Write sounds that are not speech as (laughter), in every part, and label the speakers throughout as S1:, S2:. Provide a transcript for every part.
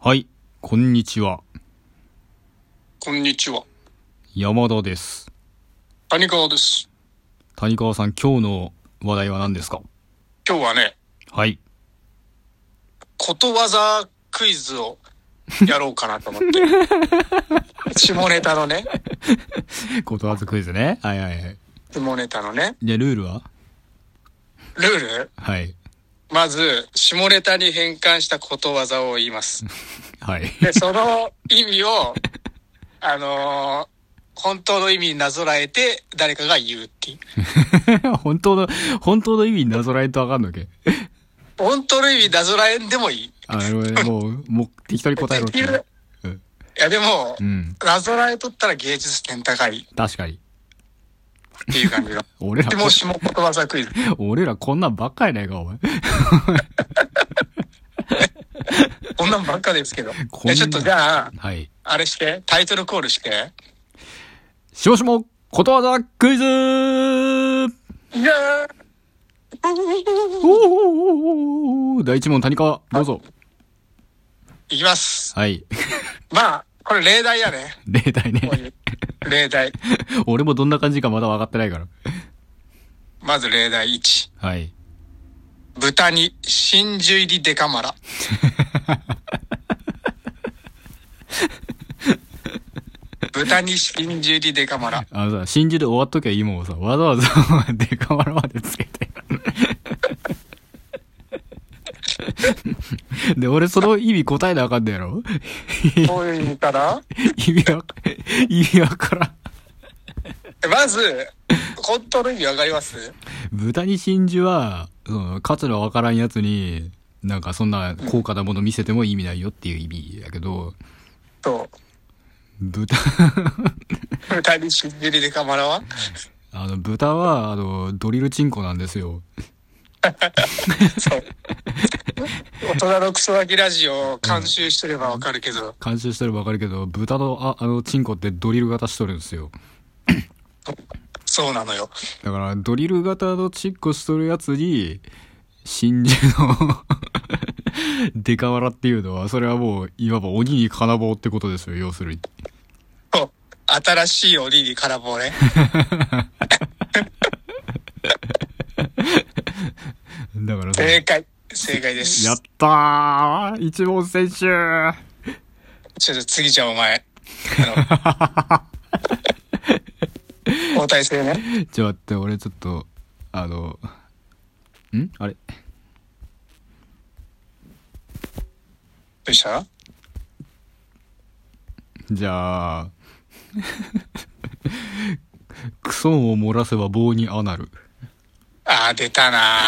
S1: はい、こんにちは。
S2: こんにちは。
S1: 山田です。
S2: 谷川です。
S1: 谷川さん、今日の話題は何ですか
S2: 今日はね、
S1: はい。
S2: ことわざクイズをやろうかなと思っ
S1: (laughs)
S2: て。下ネタのね、
S1: ことわざクイズね。はいはいはい。
S2: 下ネタのね、
S1: で、ルールは
S2: ルール、
S1: はい。
S2: まず、下ネタに変換したことわざを言います。
S1: はい。 (laughs)
S2: で、その意味を、あのー本当の意味になぞらえて、誰かが言うっていう。
S1: 本当の、本当の意味になぞらえんとわかんのっけ
S2: 本当の意味になぞらえんでもいい。い
S1: あ、なるほどね。もう、もう、適当に答えろっていう。うん
S2: や、でも、
S1: うん。
S2: なぞらえとったら芸術点高い
S1: 確かに。
S2: っていう感じが。
S1: 俺ら
S2: で、も、下ことわざクイズ。
S1: 俺らこんなんばっかやないか、お前。
S2: こんなんばっかですけど。
S1: こんな
S2: えちょっとじゃあ、
S1: はい。
S2: あれして、タイトルコールして。
S1: しもしも、ことわざクイズー
S2: いやー
S1: おー第一問、谷川、どうぞ。
S2: いきます。
S1: はい。
S2: まあ、これ例題やね。
S1: (laughs) 例題ね
S2: こう。いう例題。
S1: 俺もどんな感じかまだ分かってないから。
S2: まず例題1。
S1: はい。
S2: 豚に真珠入りデカマラ。豚に真珠入りデカマラ。
S1: あのさ、真珠で終わっときゃいいもんをさ、わざわざデカマラまでつけて。で、俺その意味答えなあかんだやろ
S2: こういう意味から
S1: 意味わ、意味わからん。
S2: まず、本当の意味わかります
S1: 豚に真珠は、その、価値のわからんやつに、なんかそんな高価なもの見せても意味ないよっていう意味やけど、
S2: と、
S1: 豚、
S2: 豚に真珠入りデカマラは
S1: あの、豚は、あの、ドリルチンコなんですよ。
S2: そう。大人のクソガキラジオを監修してればわかるけど、
S1: 監修してるばかりけど、豚の、あ、あの、チンコってドリル型しとるんですよ。
S2: そうなのよ。
S1: だから、ドリル型のチンコしとるやつに、真珠の、 (laughs) デカワラっていうのは、それはもう、いわば鬼に金棒ってことですよ、要するに。
S2: そう新しい鬼に金棒ね。
S1: だからさ、
S2: 正解。正解です。
S1: やったー一問選手
S2: ちょっと次じゃんお前。あの交代制ね。
S1: ちょ、待って、俺ちょっと、あの、んあれ
S2: どうした
S1: じゃあ、クソンを漏らせば棒にあなる。
S2: あー、出たな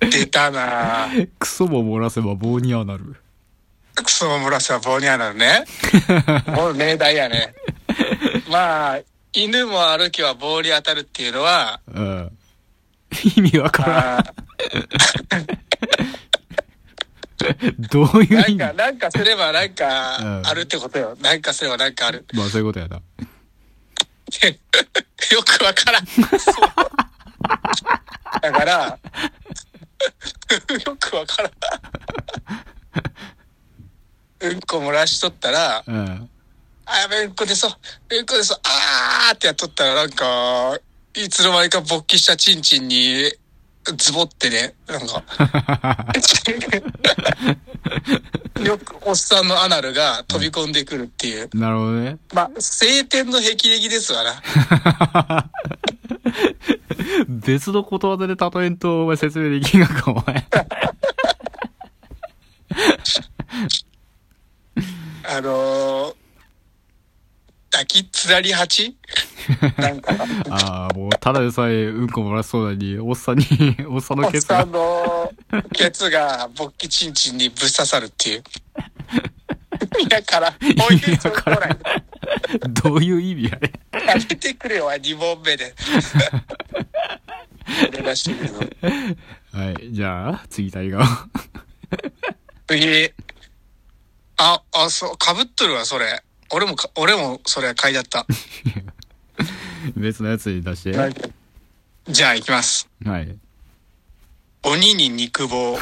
S2: ー出たなー
S1: クソも漏らせば棒にはなる。 (laughs)
S2: クソを漏らせば棒にはなるね。もう命題やね。まあ、犬も歩けば棒に当たるっていうのは、
S1: うん。意味わからん。
S2: あー
S1: どういう
S2: な
S1: 意味
S2: んか、なんかすればなん
S1: うん
S2: かあるってことよ。なんかすればなんかある。 (laughs)
S1: まあそういうことやな。
S2: よくわからん。だから、 (laughs) よくわからん。うんこ漏らしとったら、
S1: うん。 (laughs)
S2: あ、やべ、うんこ出そう、うんこ出そう、あーってやっとったら、なんか、いつの間にか勃起したチンチンに、ズボってね、な
S1: (laughs)
S2: んか。よく、おっさんのアナルが飛び込んでくるっていう。
S1: なるほどね。 (laughs)
S2: まあ、晴天の霹靂ですわな。
S1: 別のことわざで例えんと、お前説明できんがか、お
S2: (laughs)
S1: 前。
S2: あのー、抱きつらり八なん (laughs) か、
S1: ああ、もうただでさえうんこ漏らしそうなに、おっさんに、 (laughs) おっさん
S2: お
S1: の
S2: っ
S1: ケツ
S2: さ
S1: が
S2: ん。のケツが勃起チンチンにぶっ刺さるっていう。だから、お
S1: 意
S2: い
S1: 味
S2: で
S1: わからん (laughs) どういう意味やね。
S2: やめてくれよ、2問目 (laughs) で。お願いしてくれよ
S1: はい、じゃあ、次大河。
S2: 次。あ、あ、そう、かぶっとるわ、それ。俺もか、俺もそれ買いだった。
S1: (laughs) 別のやつに出して。
S2: じゃあ、行きます。
S1: はい。
S2: (laughs) 鬼に肉棒。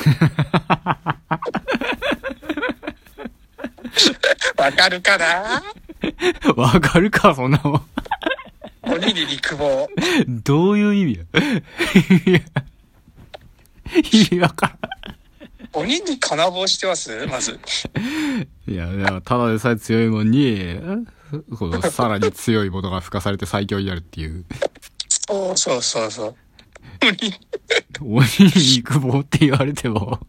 S2: かるかな
S1: わかるか、そんなもん。
S2: おにぎり久保。
S1: どういう意味だ (laughs) いや (laughs) 意味わか
S2: 鬼に金棒してますまず。
S1: らん。いや、いやただでさえ強いもんに、このさらに強いものが付加されて最強になるっていう。
S2: そうそうそうそう。
S1: 鬼に肉棒って言われても。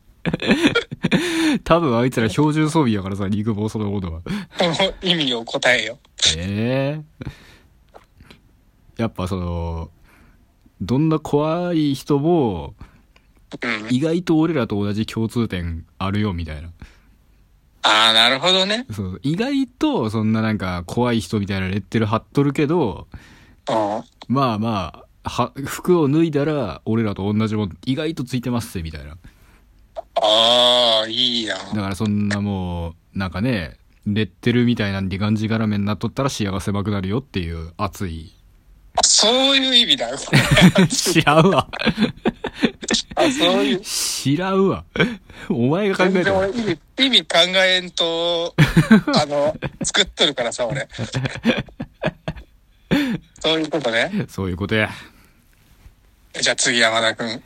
S1: 多分あいつら標準装備やからさ、肉棒そのものは。
S2: この意味を答えよ。
S1: ええやっぱその、どんな怖い人も、
S2: うん。
S1: 意外と俺らと同じ共通点あるよ、みたいな。
S2: ああ、なるほどね。
S1: そう、意外とそんななんか怖い人みたいなレッテル貼っとるけど、
S2: うん。
S1: まあまあ、は、服を脱いだら、俺らと同じもん、意外とついてますぜ、みたいな。
S2: ああ、いいな。
S1: だからそんなもう、なんかね、レッテルみたいなんでがんじがらめになっとったら視野が狭くなるよっていう熱い。
S2: (laughs) そういう意味だよ。これ
S1: 知らんわ。
S2: あそういう。
S1: 知らんわ。お前が考
S2: 全
S1: えた
S2: 然
S1: わ
S2: 俺意味、意味考えんと、
S1: (laughs)
S2: あの、作っとるからさ、俺。そういうことね。
S1: そういうことや。
S2: じゃあ次山田くん。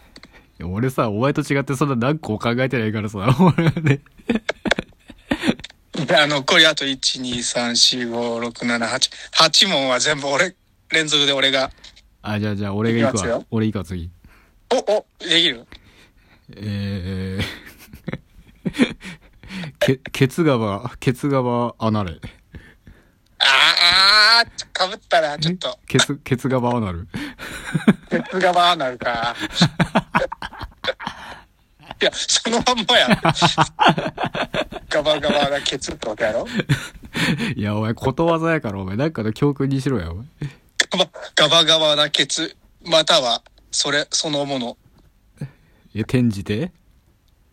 S1: 俺さ、お前と違ってそんな何個も考えてないからさ、俺はね。
S2: であの、これあと1、2、3、4、5、6、7、8。8問は全部俺、連続で俺が。
S1: あ、じゃあじゃあ俺が行
S2: いき
S1: く
S2: ます
S1: わ
S2: よ。
S1: 俺行くわ、次。
S2: お、お、できる
S1: えー、 (laughs) け、ケツ川、ケツ川アナレ。
S2: あーあー、かぶったな、ちょっと。
S1: ケツ、ケツ川アナル。
S2: 鉄がバーなるか。いや、そのまん
S1: (laughs)
S2: まや。ガバガバなケツってことやろ
S1: (laughs) いや、お前、ことわざやから、お前、なんかの教訓にしろや、お前。
S2: ガバガバガバなケツ、または、それ、そのもの。
S1: え、転じて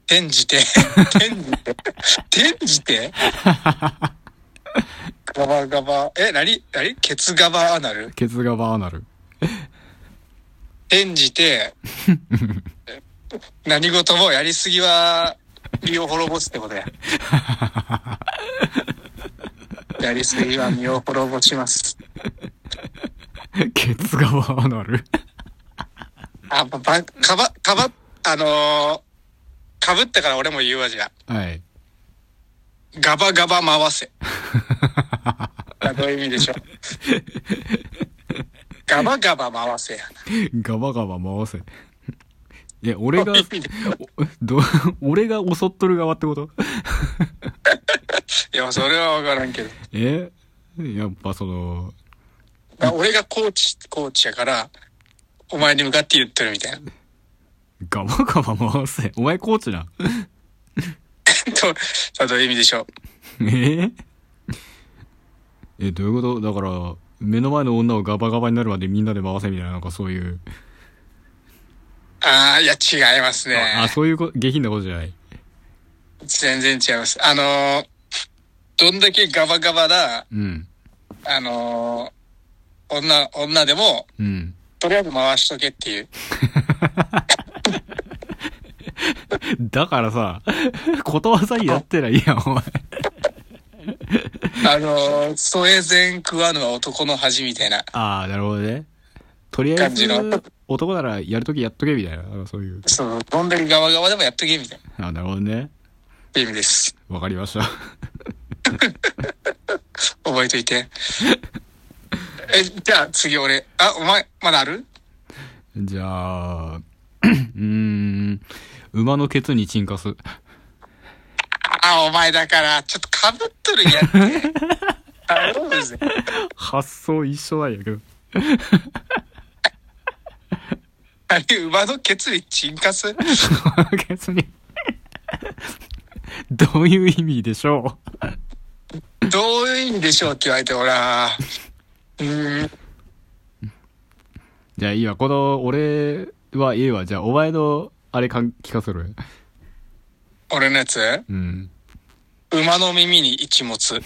S2: 転じて、転じて、転じてガバガバ、え、なになにケツガバアナル
S1: ケツ川アナル。
S2: 転じて、何事もやりすぎは、身を滅ぼすってことや。やりすぎは身を滅ぼします。
S1: (laughs) ケツ川アナル。
S2: あ、ば、ば、かば、かば、あのー、かぶってから俺も言うわじゃ
S1: (laughs)
S2: あ。
S1: はい。
S2: ガバガバ
S1: (laughs)
S2: 回せ。どういう意味でしょう。ガバガバ回せや
S1: ガバガバ回せ。 (laughs) え、俺が
S2: (laughs) な。、
S1: おど、 (laughs) 俺が襲っとる側ってこと (laughs)
S2: いや、それはわからんけど。
S1: えやっぱその、
S2: だから俺がコーチ、コーチやから、お前に向かって言ってるみたいな。 (laughs)
S1: ガバガバ回せ。お前コーチな。
S2: と、さあどういう意味でしょ
S1: (laughs)
S2: う。
S1: え (laughs) え、どういうことだから、目の前の女をガバガバになるまでみんなで回せみたいな、なんかそういう。
S2: ああ、いや、違いますね。
S1: あ、そういうこ下品なことじゃない。
S2: 全然違います。あのーどんだけガバガバな、
S1: うん。
S2: あのー女、女でも、
S1: うん。
S2: とりあえず回しとけっていう。
S1: だからさ、ことわざになってないやん、お前。
S2: あのー、添え膳食わぬは男の恥みたいな。
S1: ああ、なるほどね。とりあえず
S2: 感じの、
S1: 男ならやるときやっとけみたいな、なんかそういう。
S2: そう、どんだけガバガバでもやっとけみたいな。
S1: ああ、なるほどね。
S2: っていう意味です。
S1: わかりました。 (laughs)
S2: 覚えといて。え、じゃあ次俺。あ、お前、まだある
S1: じゃあ、う (clears throat) ーん、馬のケツに沈下す。
S2: あ、お前だから、ちょっとかぶっとるんやって。あ、どうぜ。
S1: 発想一緒なんやけど。
S2: あれ、馬のケツに沈下す
S1: ケツに。 (laughs) どういう意味でしょ
S2: どういう意味でしょうって言われて、ほら。うーん。
S1: うじゃあいいわ、この、俺はええわ。じゃあお前の、あれかん、聞かせろよ。
S2: 俺のやつ
S1: うん。 (laughs)
S2: 馬の耳に一物。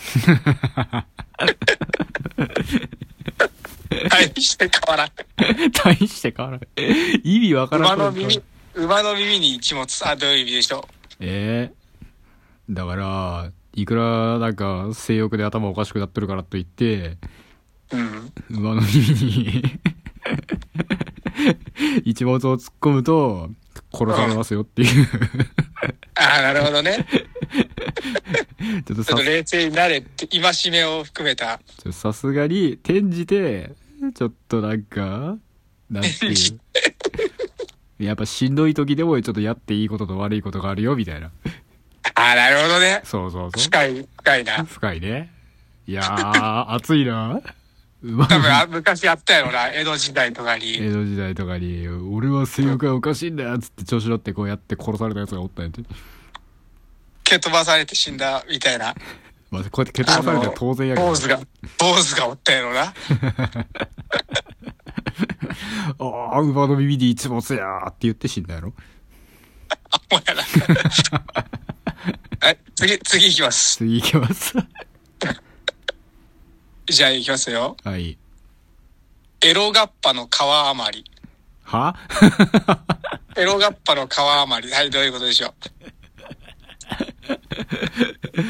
S2: 大して変わらん。
S1: 大して変わらない。意味わから
S2: 馬
S1: ん
S2: の耳、馬の耳に一物。あ、どういう意味でしょ
S1: ええだから、いくらなんか性欲で頭おかしくなってるからといって
S2: うん。
S1: 馬の耳に (laughs) 一物を突っ込むと殺されますよっていう
S2: ああ、なるほどね。
S1: ちょっと
S2: ちょ
S1: さ
S2: っと冷静になれって、戒めを含めた。
S1: ちょさすがに転じてちょっとなんかなんてい
S2: 転 (laughs) じ
S1: うやっぱしんどい時でもちょっとやっていいことと悪いことがあるよみたいな
S2: ああ、なるほどね。
S1: そうそうそう
S2: 深い、深いな。
S1: 深いねいやー熱いな馬
S2: 多
S1: の
S2: 分、あ昔あったやろな。江戸時代とかに。
S1: 江戸時代とかに「俺は性欲がおかしいんだ」っつって調子乗ってこうやって殺されたやつがおったんやて、
S2: 蹴飛ばされて死んだみたいな。
S1: まあ、こうやって蹴飛ばされたら当然やけど
S2: 坊主が、坊主がおったやろな。
S1: ああ、馬の耳に一物やーって言って死んだやろ
S2: あ、もやな。はい、次、次行きます。
S1: 次行きます。
S2: じゃあ行きますよ。
S1: はい。
S2: エロガッパの川余り。
S1: は (laughs)
S2: エロガッパの川余り。はい、どういうことでしょう。 (laughs)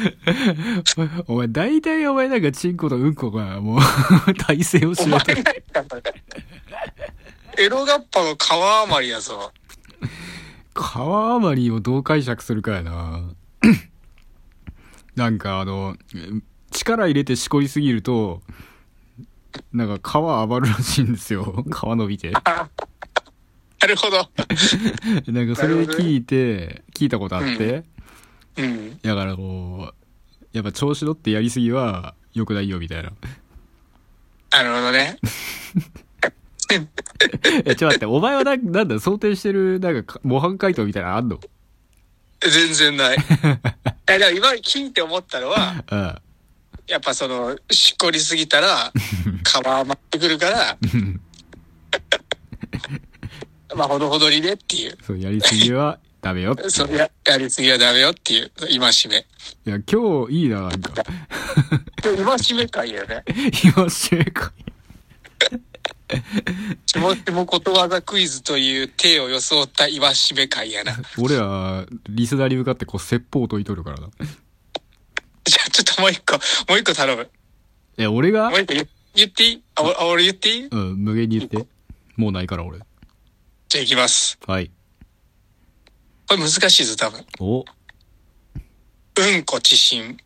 S1: お前、大体お前なんかチンコとうん (laughs) こがもう、体勢を
S2: お
S1: 知れ
S2: 前が
S1: て
S2: 言
S1: る。
S2: ったんだねエロガッパの川余りやぞ。
S1: 川余りをどう解釈するかやな。 (coughs) なんかあの、力入れてしこりすぎると、なんか川暴るらしいんですよ。 (laughs) 川伸びて。
S2: なるほど。
S1: なんかそれ聞いて、聞いたことあって。
S2: うん。
S1: だからこう、やっぱ調子乗ってやりすぎは良くないよみたいな。
S2: なるほどね。
S1: (laughs)
S2: (laughs)
S1: え、ちょっと待って、お前はな、なんだ、想定してる、なんかか、模範解答みたいなのあんの
S2: 全然ない。え、でも今聞いて思ったのは、
S1: うん。
S2: やっぱその、しっこりすぎたら、川余ってくるから、まあ、ほどほどにねっていう。
S1: そう、やりすぎはダメよって。
S2: そうや、やりすぎはダメよっていう、今しめ。
S1: いや、今日いいな、なんか。 (laughs)
S2: 今しめかいよね。
S1: 今、正解。
S2: 気持ちもことわざクイズという体を装った今しめ会やな。 (laughs) じ
S1: 俺ら、リスナーに向かってこう、説法を解いとるからな。
S2: ゃあちょっともう一個、もう一個頼む。
S1: え、俺が
S2: もう一個言言っていいあ、おあ俺言っていい
S1: うん、無限に言って。もうないから、俺。
S2: じゃあ行きます。
S1: はい。
S2: これ難しいぞ、多分。
S1: お。
S2: うん (laughs) こ知心。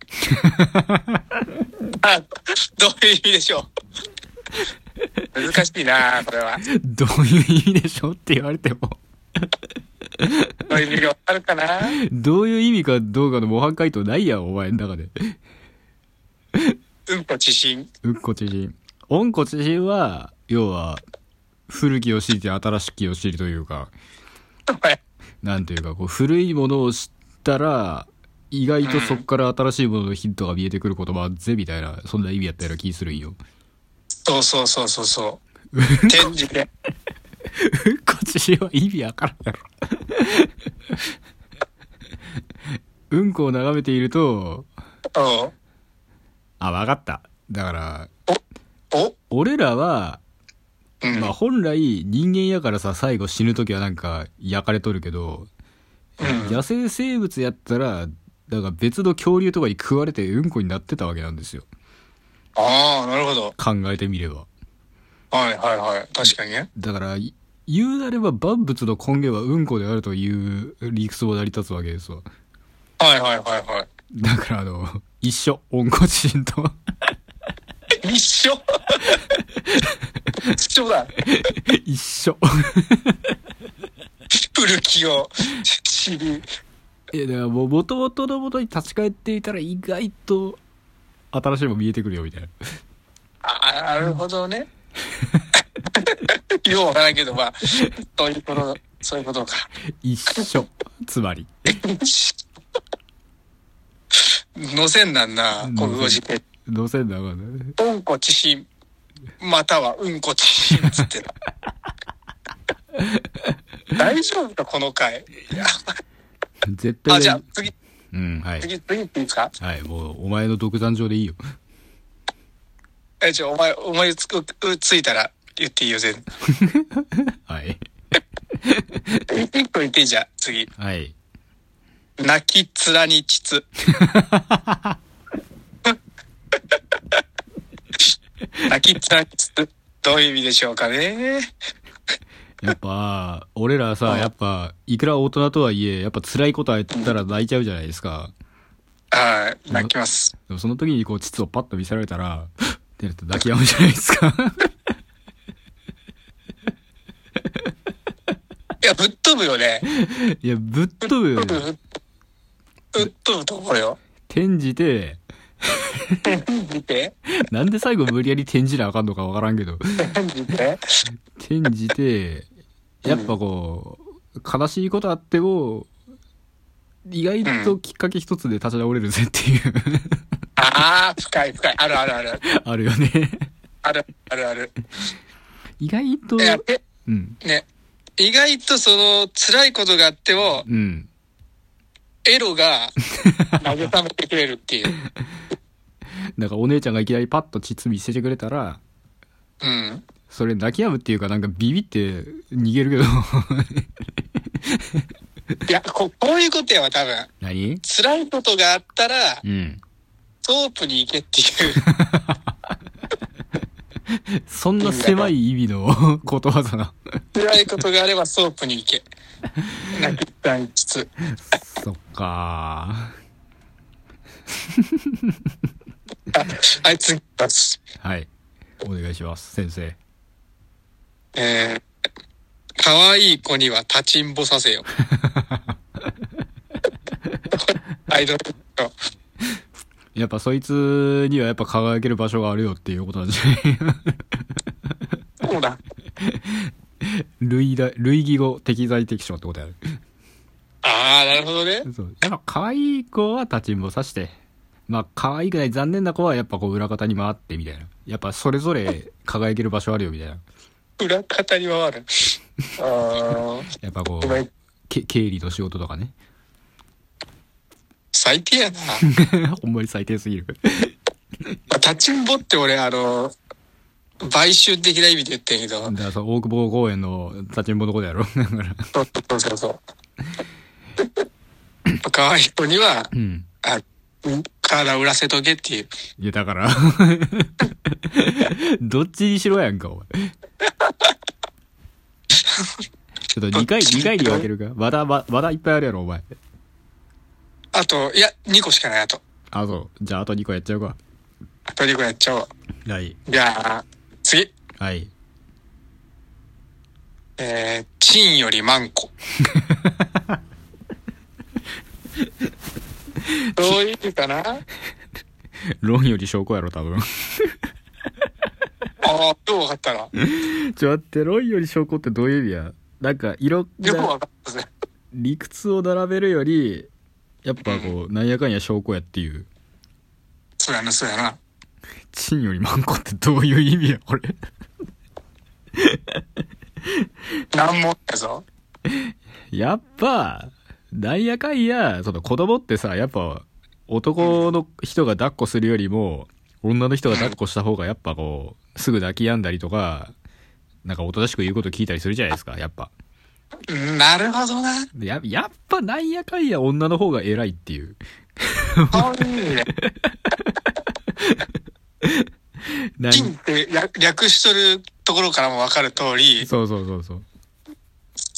S2: あ、どういう意味でしょう。難しいなこれは。
S1: どういう意味でしょうって言われても。
S2: どういう意味があるかな
S1: どういう意味かどうかの模範解答ないやん、お前の中で。
S2: うんこ知心。
S1: うんこ知人。おんこ知人は、要は、古きを知りて新しきを知りというか、
S2: お前
S1: なんていうか、こう、古いものを知ったら、意外とそこから新しいもののヒントが見えてくることもあるぜ、みたいな、そんな意味やったような気するんよ。
S2: そうそうそうそうそう。展示で。
S1: うんこ知人は意味わからんやろ。うんこを眺めていると、
S2: うん。
S1: あ、わかった。だから、
S2: お
S1: 俺らは、
S2: うん。
S1: まあ本来人間やからさ最後死ぬ時はなんか焼かれとるけど、野生生物やったらだから別の恐竜とかに食われてうんこになってたわけなんですよ
S2: ああ、なるほど。
S1: 考えてみれば
S2: はいはいはい。確かにね。
S1: だからい言うなれば万物の根源はうんこであるという理屈を成り立つわけですわ
S2: はいはいはいは
S1: だからあの一緒温故知新と (laughs)
S2: い。一緒一緒だ。
S1: 一緒
S2: 古きを知り。
S1: いやだからもともとのもとに立ち返っていたら意外と新しいもん見えてくるよみたいな
S2: あなるほどね。 (laughs) ようわからんけど、まあ、そういうこと、そういうことか。
S1: 一緒つまり
S2: のせんなんな、国語辞典。
S1: どうせんだからね
S2: うんこ知心、またはうんこ知心っつってな大丈夫か、この回。いや
S1: 絶対
S2: あ、じゃあ、次、
S1: うんはい
S2: 次、次行っていいですか
S1: はいもうお前の独壇場でいいよ
S2: え、じゃあ、お前、お前つく、うついたら言っていいよ、全然。
S1: はい
S2: 一個言っていいじゃん、次。
S1: はい
S2: 泣き面に膣。泣き面に膣。どういう意味でしょうかね。
S1: やっぱ、俺らさ、
S2: うん
S1: やっぱ、いくら大人とはいえ、やっぱ辛いことあったら泣いちゃうじゃないですか。
S2: はい、泣きます。
S1: でもその時にこう、膣をパッと見せられたら、 (laughs) ってなって抱き合うじゃないですか。
S2: いや、ぶっ飛ぶよね。
S1: いや、ぶっ飛ぶよね。
S2: ぶっ飛ぶと思うよ。
S1: 転じて、
S2: 見て。
S1: なんで最後無理やり転じなあかんのかわからんけど、
S2: 見て。
S1: 転じて、やっぱこう、悲しいことあっても、意外ときっかけ一つで立ち直れるぜっていう、
S2: ああ、深い深い。あるあるある。
S1: あるよね。
S2: あるあるある。
S1: 意外と
S2: い、や、え
S1: うん、
S2: ね。意外とその、辛いことがあっても、
S1: うん。
S2: エロが、慰めてくれるっていう。
S1: なんかお姉ちゃんがいきなりパッと膣見せてくれたら、
S2: うん。
S1: それ泣き止むっていうかなんかビビって逃げるけど、
S2: いや、こ、こういうことやわ、多分。
S1: 何
S2: 辛いことがあったら、
S1: うん。
S2: ソープに行けっていう。
S1: そんな狭い意味のことわざな。
S2: 辛いことがあればソープに行け。泣きたいつつ。
S1: そっか
S2: あ、あいつ、ます
S1: はい。お願いします、先生。
S2: えー、可愛い子には立ちんぼさせよ。アイドルの。
S1: やっぱそいつにはやっぱ輝ける場所があるよっていうことなんじゃない (laughs)
S2: そうだ。
S1: 類だ、類義語適材適所ってことやる。
S2: ああ、なるほどね。
S1: そう。やっぱ可愛い子は立ちんぼさして。まあ可愛くない残念な子はやっぱこう裏方に回ってみたいな。やっぱそれぞれ輝ける場所あるよみたいな。
S2: 裏方に回る。ああ、
S1: やっぱこ
S2: ごめ、
S1: うんけ経理の仕事とかね。 (laughs)
S2: 最低やな。
S1: ほんまに最低すぎる。
S2: 立ちんぼって俺、あの、買収的な意味で言ってんけど
S1: だ。からその大久保公園の立ちんぼのことやろ。だから。
S2: そうそうそうそう。可愛い子には、
S1: うん。
S2: あ体を売らせとけっていう。
S1: いや、だから。 (laughs) どっちにしろやんか、お前。ちょっと2回、二回に分けるか。まだ、ままだいっぱいあるやろ、お前。
S2: あと、いや、2個しかない、あと。
S1: あ、そう。じゃあ、あと2個やっちゃうか。
S2: あと2個やっちゃおう。
S1: はい。
S2: じゃあ、次。
S1: はい。
S2: えー、チンよりマン
S1: (laughs)
S2: コ。どういうかなあ
S1: 論より証拠やろ、多 (laughs) 分。
S2: あー、よう分かったな。
S1: ちょ、待って、論より証拠ってどういう意味やなんか、いろん
S2: よう
S1: な
S2: 分かったぜ。
S1: 理屈を並べるより、やっぱこう、なんやかんや証拠やっていう。
S2: そうやな、そうやな。
S1: チンよりマンコってどういう意味や、これ。
S2: 難問やぞ。
S1: やっぱ、なんやかんや、その子供ってさ、やっぱ、男の人が抱っこするよりも、女の人が抱っこした方がやっぱこう、すぐ泣き止んだりとか、なんかおとなしく言うこと聞いたりするじゃないですか、やっぱ。
S2: なるほど
S1: (laughs)
S2: な。
S1: でや、やっぱなんやかんや女の方が偉いっていう。
S2: そういう意味で。
S1: なん
S2: チンって略略しとるところからも分かる通り、
S1: そうそうそうそう。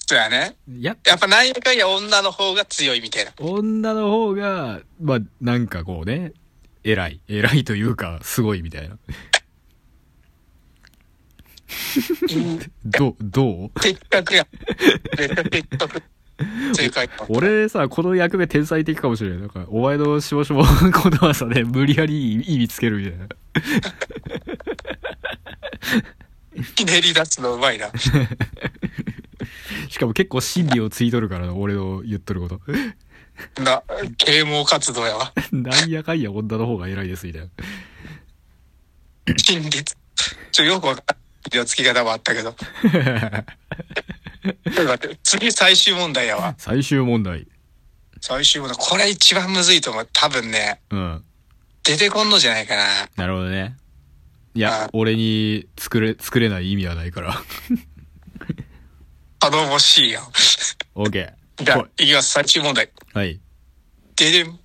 S2: そうやね。
S1: やっ
S2: やっぱ何やかんや女の方が強いみたいな。
S1: 女の方が、まあ、なんかこうね、偉い。偉いというか、すごいみたいな。 (laughs) ど、どう
S2: 的確や。めっちゃ的確。正解。
S1: 俺さ、この役目天才的かもしれない。なんか、お前のしぼしぼことはさね、無理やり意味つけるみたいな。
S2: ひねり出すのうまいな。
S1: しかも結構真理をついとるからな、俺の言っとること。
S2: な、啓蒙活動やわ。
S1: なんやかんや女の方が偉いです、みたいな。
S2: 真実。ちょ、よくわかんない手のつき方もあったけど。ちょっと待って、次最終問題やわ。
S1: 最終問題。
S2: 最終問題。これ一番むずいと思う。多分ね、
S1: うん。
S2: 出てこんのじゃないかな。
S1: なるほどね。い
S2: あ
S1: や、俺に作れ、作れない意味はないから。 (laughs)
S2: 頼もしいやん。
S1: オッケー。
S2: じゃあ
S1: 来い、
S2: いきます。最終問題。
S1: はい。
S2: ででん。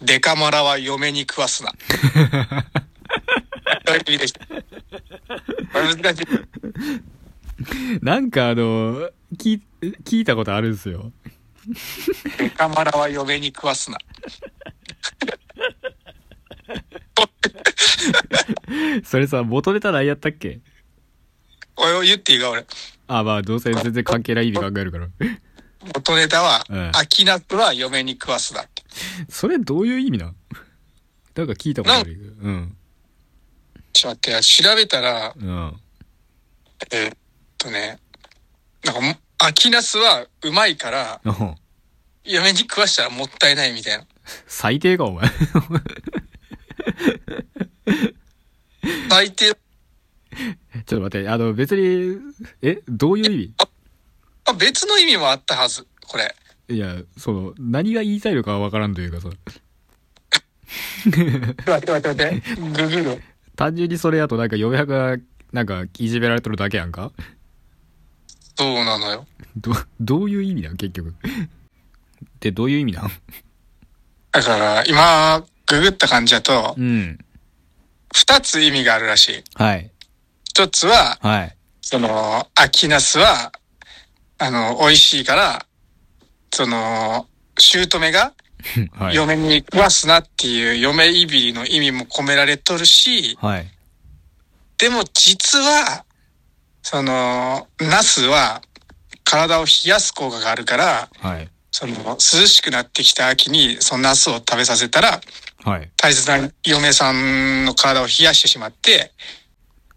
S2: デカマラは嫁に食わすな。これいいでしたこれ難しい。
S1: なんかあの、聞い、聞いたことあるんですよ。
S2: デカマラは嫁に食わすな。
S1: それさ、元ネタ何やったっけ
S2: 俺を言っていいか、俺。
S1: あ、まあ、どうせ全然関係ない意味考えるから。
S2: 元ネタは、
S1: うん
S2: 秋夏は嫁に食わすな。
S1: それどういう意味なんなんか聞いたことあるけど。うん。
S2: ちょっと待って、調べたら、
S1: うん。
S2: えーっとね、なんかも、秋ナスはうまいから、
S1: うん
S2: 嫁に食わしたらもったいないみたいな。
S1: 最低か、お前。 (laughs)
S2: 最
S1: ちょ
S2: 低、
S1: っと待って、あの、別に、えどういう意
S2: あ、別の意味もあったはず、これ。
S1: 味いや、その、何が言いたいのかはわからんというかさ、
S2: 待って待って待って。ググる。
S1: 単純にそれやとなんか嫁はが、なんか、いじめられてるだけやんか
S2: そうなのよ。
S1: ど、どういう意味なん結局。ってどういう意味なん
S2: だから、今、ググった感じだと
S1: う、ん。
S2: 二つ意味があるらしい。
S1: はい。
S2: 一つは、
S1: はい。
S2: その、秋ナスは、あの、美味しいから、その、姑が
S1: はい。
S2: 嫁に食わすなっていう嫁いびりの意味も込められとるし、
S1: はい。
S2: でも実は、その、ナスは体を冷やす効果があるから、
S1: はい。
S2: その、涼しくなってきた秋に、そのナスを食べさせたら、
S1: はい。
S2: 大切な嫁さんの体を冷やしてしまって、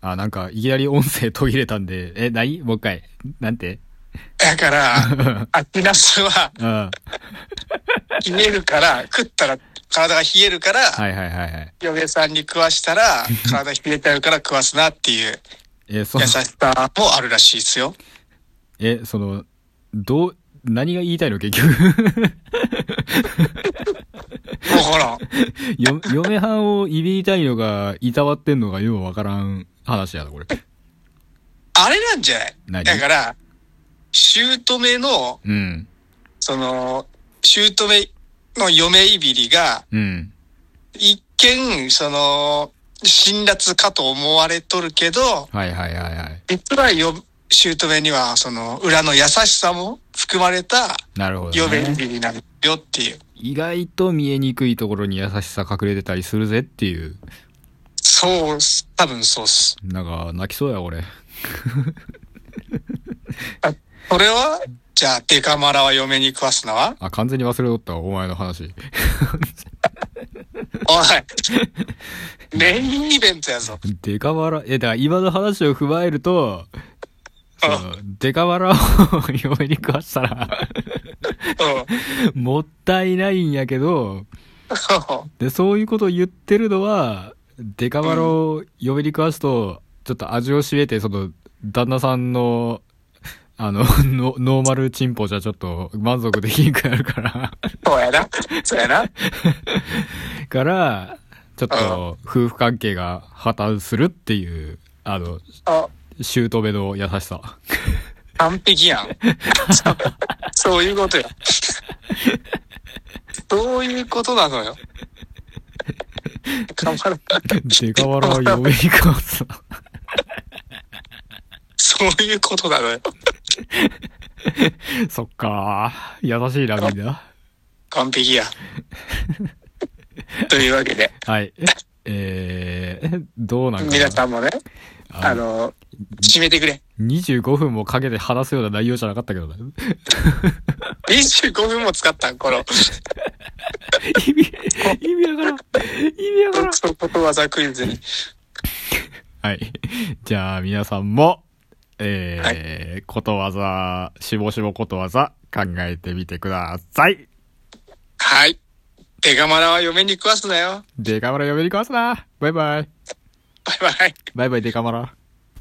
S1: あ、なんか、いきなり音声途切れたんで、え、何もう一回。なんて (laughs)
S2: だから、秋ナスは
S1: うん。はい
S2: 冷える
S1: (laughs)
S2: から、食ったら体が冷えるから、
S1: はいはいはい。
S2: 嫁さんに食わし
S1: (laughs)
S2: たら、体冷えちゃうから食わすなっていう
S1: え、その
S2: 優し、さもあるらしいで
S1: (laughs)
S2: すよ。
S1: え、その、どう、何が言いたいの結局。 (laughs)
S2: わからん。
S1: よ、嫁はんをいびりたいのが、いたわってんのがようわからん話やな、これ。
S2: あれなんじゃな
S1: 何
S2: いだから、姑の、
S1: うん。
S2: その、姑の嫁いびりが、
S1: うん。
S2: 一見、その、辛辣かと思われとるけど、
S1: はいはいはいはい。
S2: 実はよ、姑には、その、裏の優しさも含まれた
S1: なるほど、
S2: 嫁い
S1: ね。
S2: びりなんだよっていう。
S1: 意外と見えにくいところに優しさ隠れてたりするぜっていう。
S2: そうっす、多分そうっす。
S1: なんか、泣きそうや、俺。
S2: それは、じゃあ、デカマラは嫁に食わす
S1: (laughs)
S2: なは
S1: あ、完全に忘れとったわ、お前の話。 (laughs)
S2: おい。メインイベントやぞ。
S1: デカワラ、え、だから今の話を踏まえると、そのデカワラを (laughs) 嫁に食わしたら、(laughs)
S2: う
S1: もったいないんやけど、
S2: ん。
S1: で、そういうことを言ってるのは、デカワラを嫁に食わすと、ちょっと味を占めて、その、旦那さんの、あの、 (laughs) のノーマルチンポじゃちょっと満足できにくなるから、 (laughs)
S2: そうやな。そうやな。
S1: から、ちょっと、夫婦関係が破綻するっていう、あの、
S2: あ、
S1: 姑の優しさ。
S2: 完璧やん。 (laughs) そうそういうことや。そういうこと
S1: (laughs)
S2: なのよ。頑張る。
S1: デカワラを嫁に食わすな。
S2: そういうことなのよ。
S1: (laughs) そっかー。優しいな、みんな。
S2: 完璧や。というわけで、
S1: はい。えー、どうなんか
S2: 皆
S1: な。
S2: さんもね、あの、締めてくれ。
S1: 25分もかけて話すような内容じゃな (laughs) かったけどね。
S2: 25分も使ったん (laughs) この、
S1: 意味、意味わからん。意味わからん。
S2: そことわざクイズに。
S1: はい。じゃあ、皆さんも、えーことわざ、しぼしぼことわざ、考えてみてください。
S2: はい。手マラは嫁に食わすなよ。
S1: デカマラ嫁に食わすな。バイバイ。
S2: バイバイ。
S1: バイバイ、デカマラ。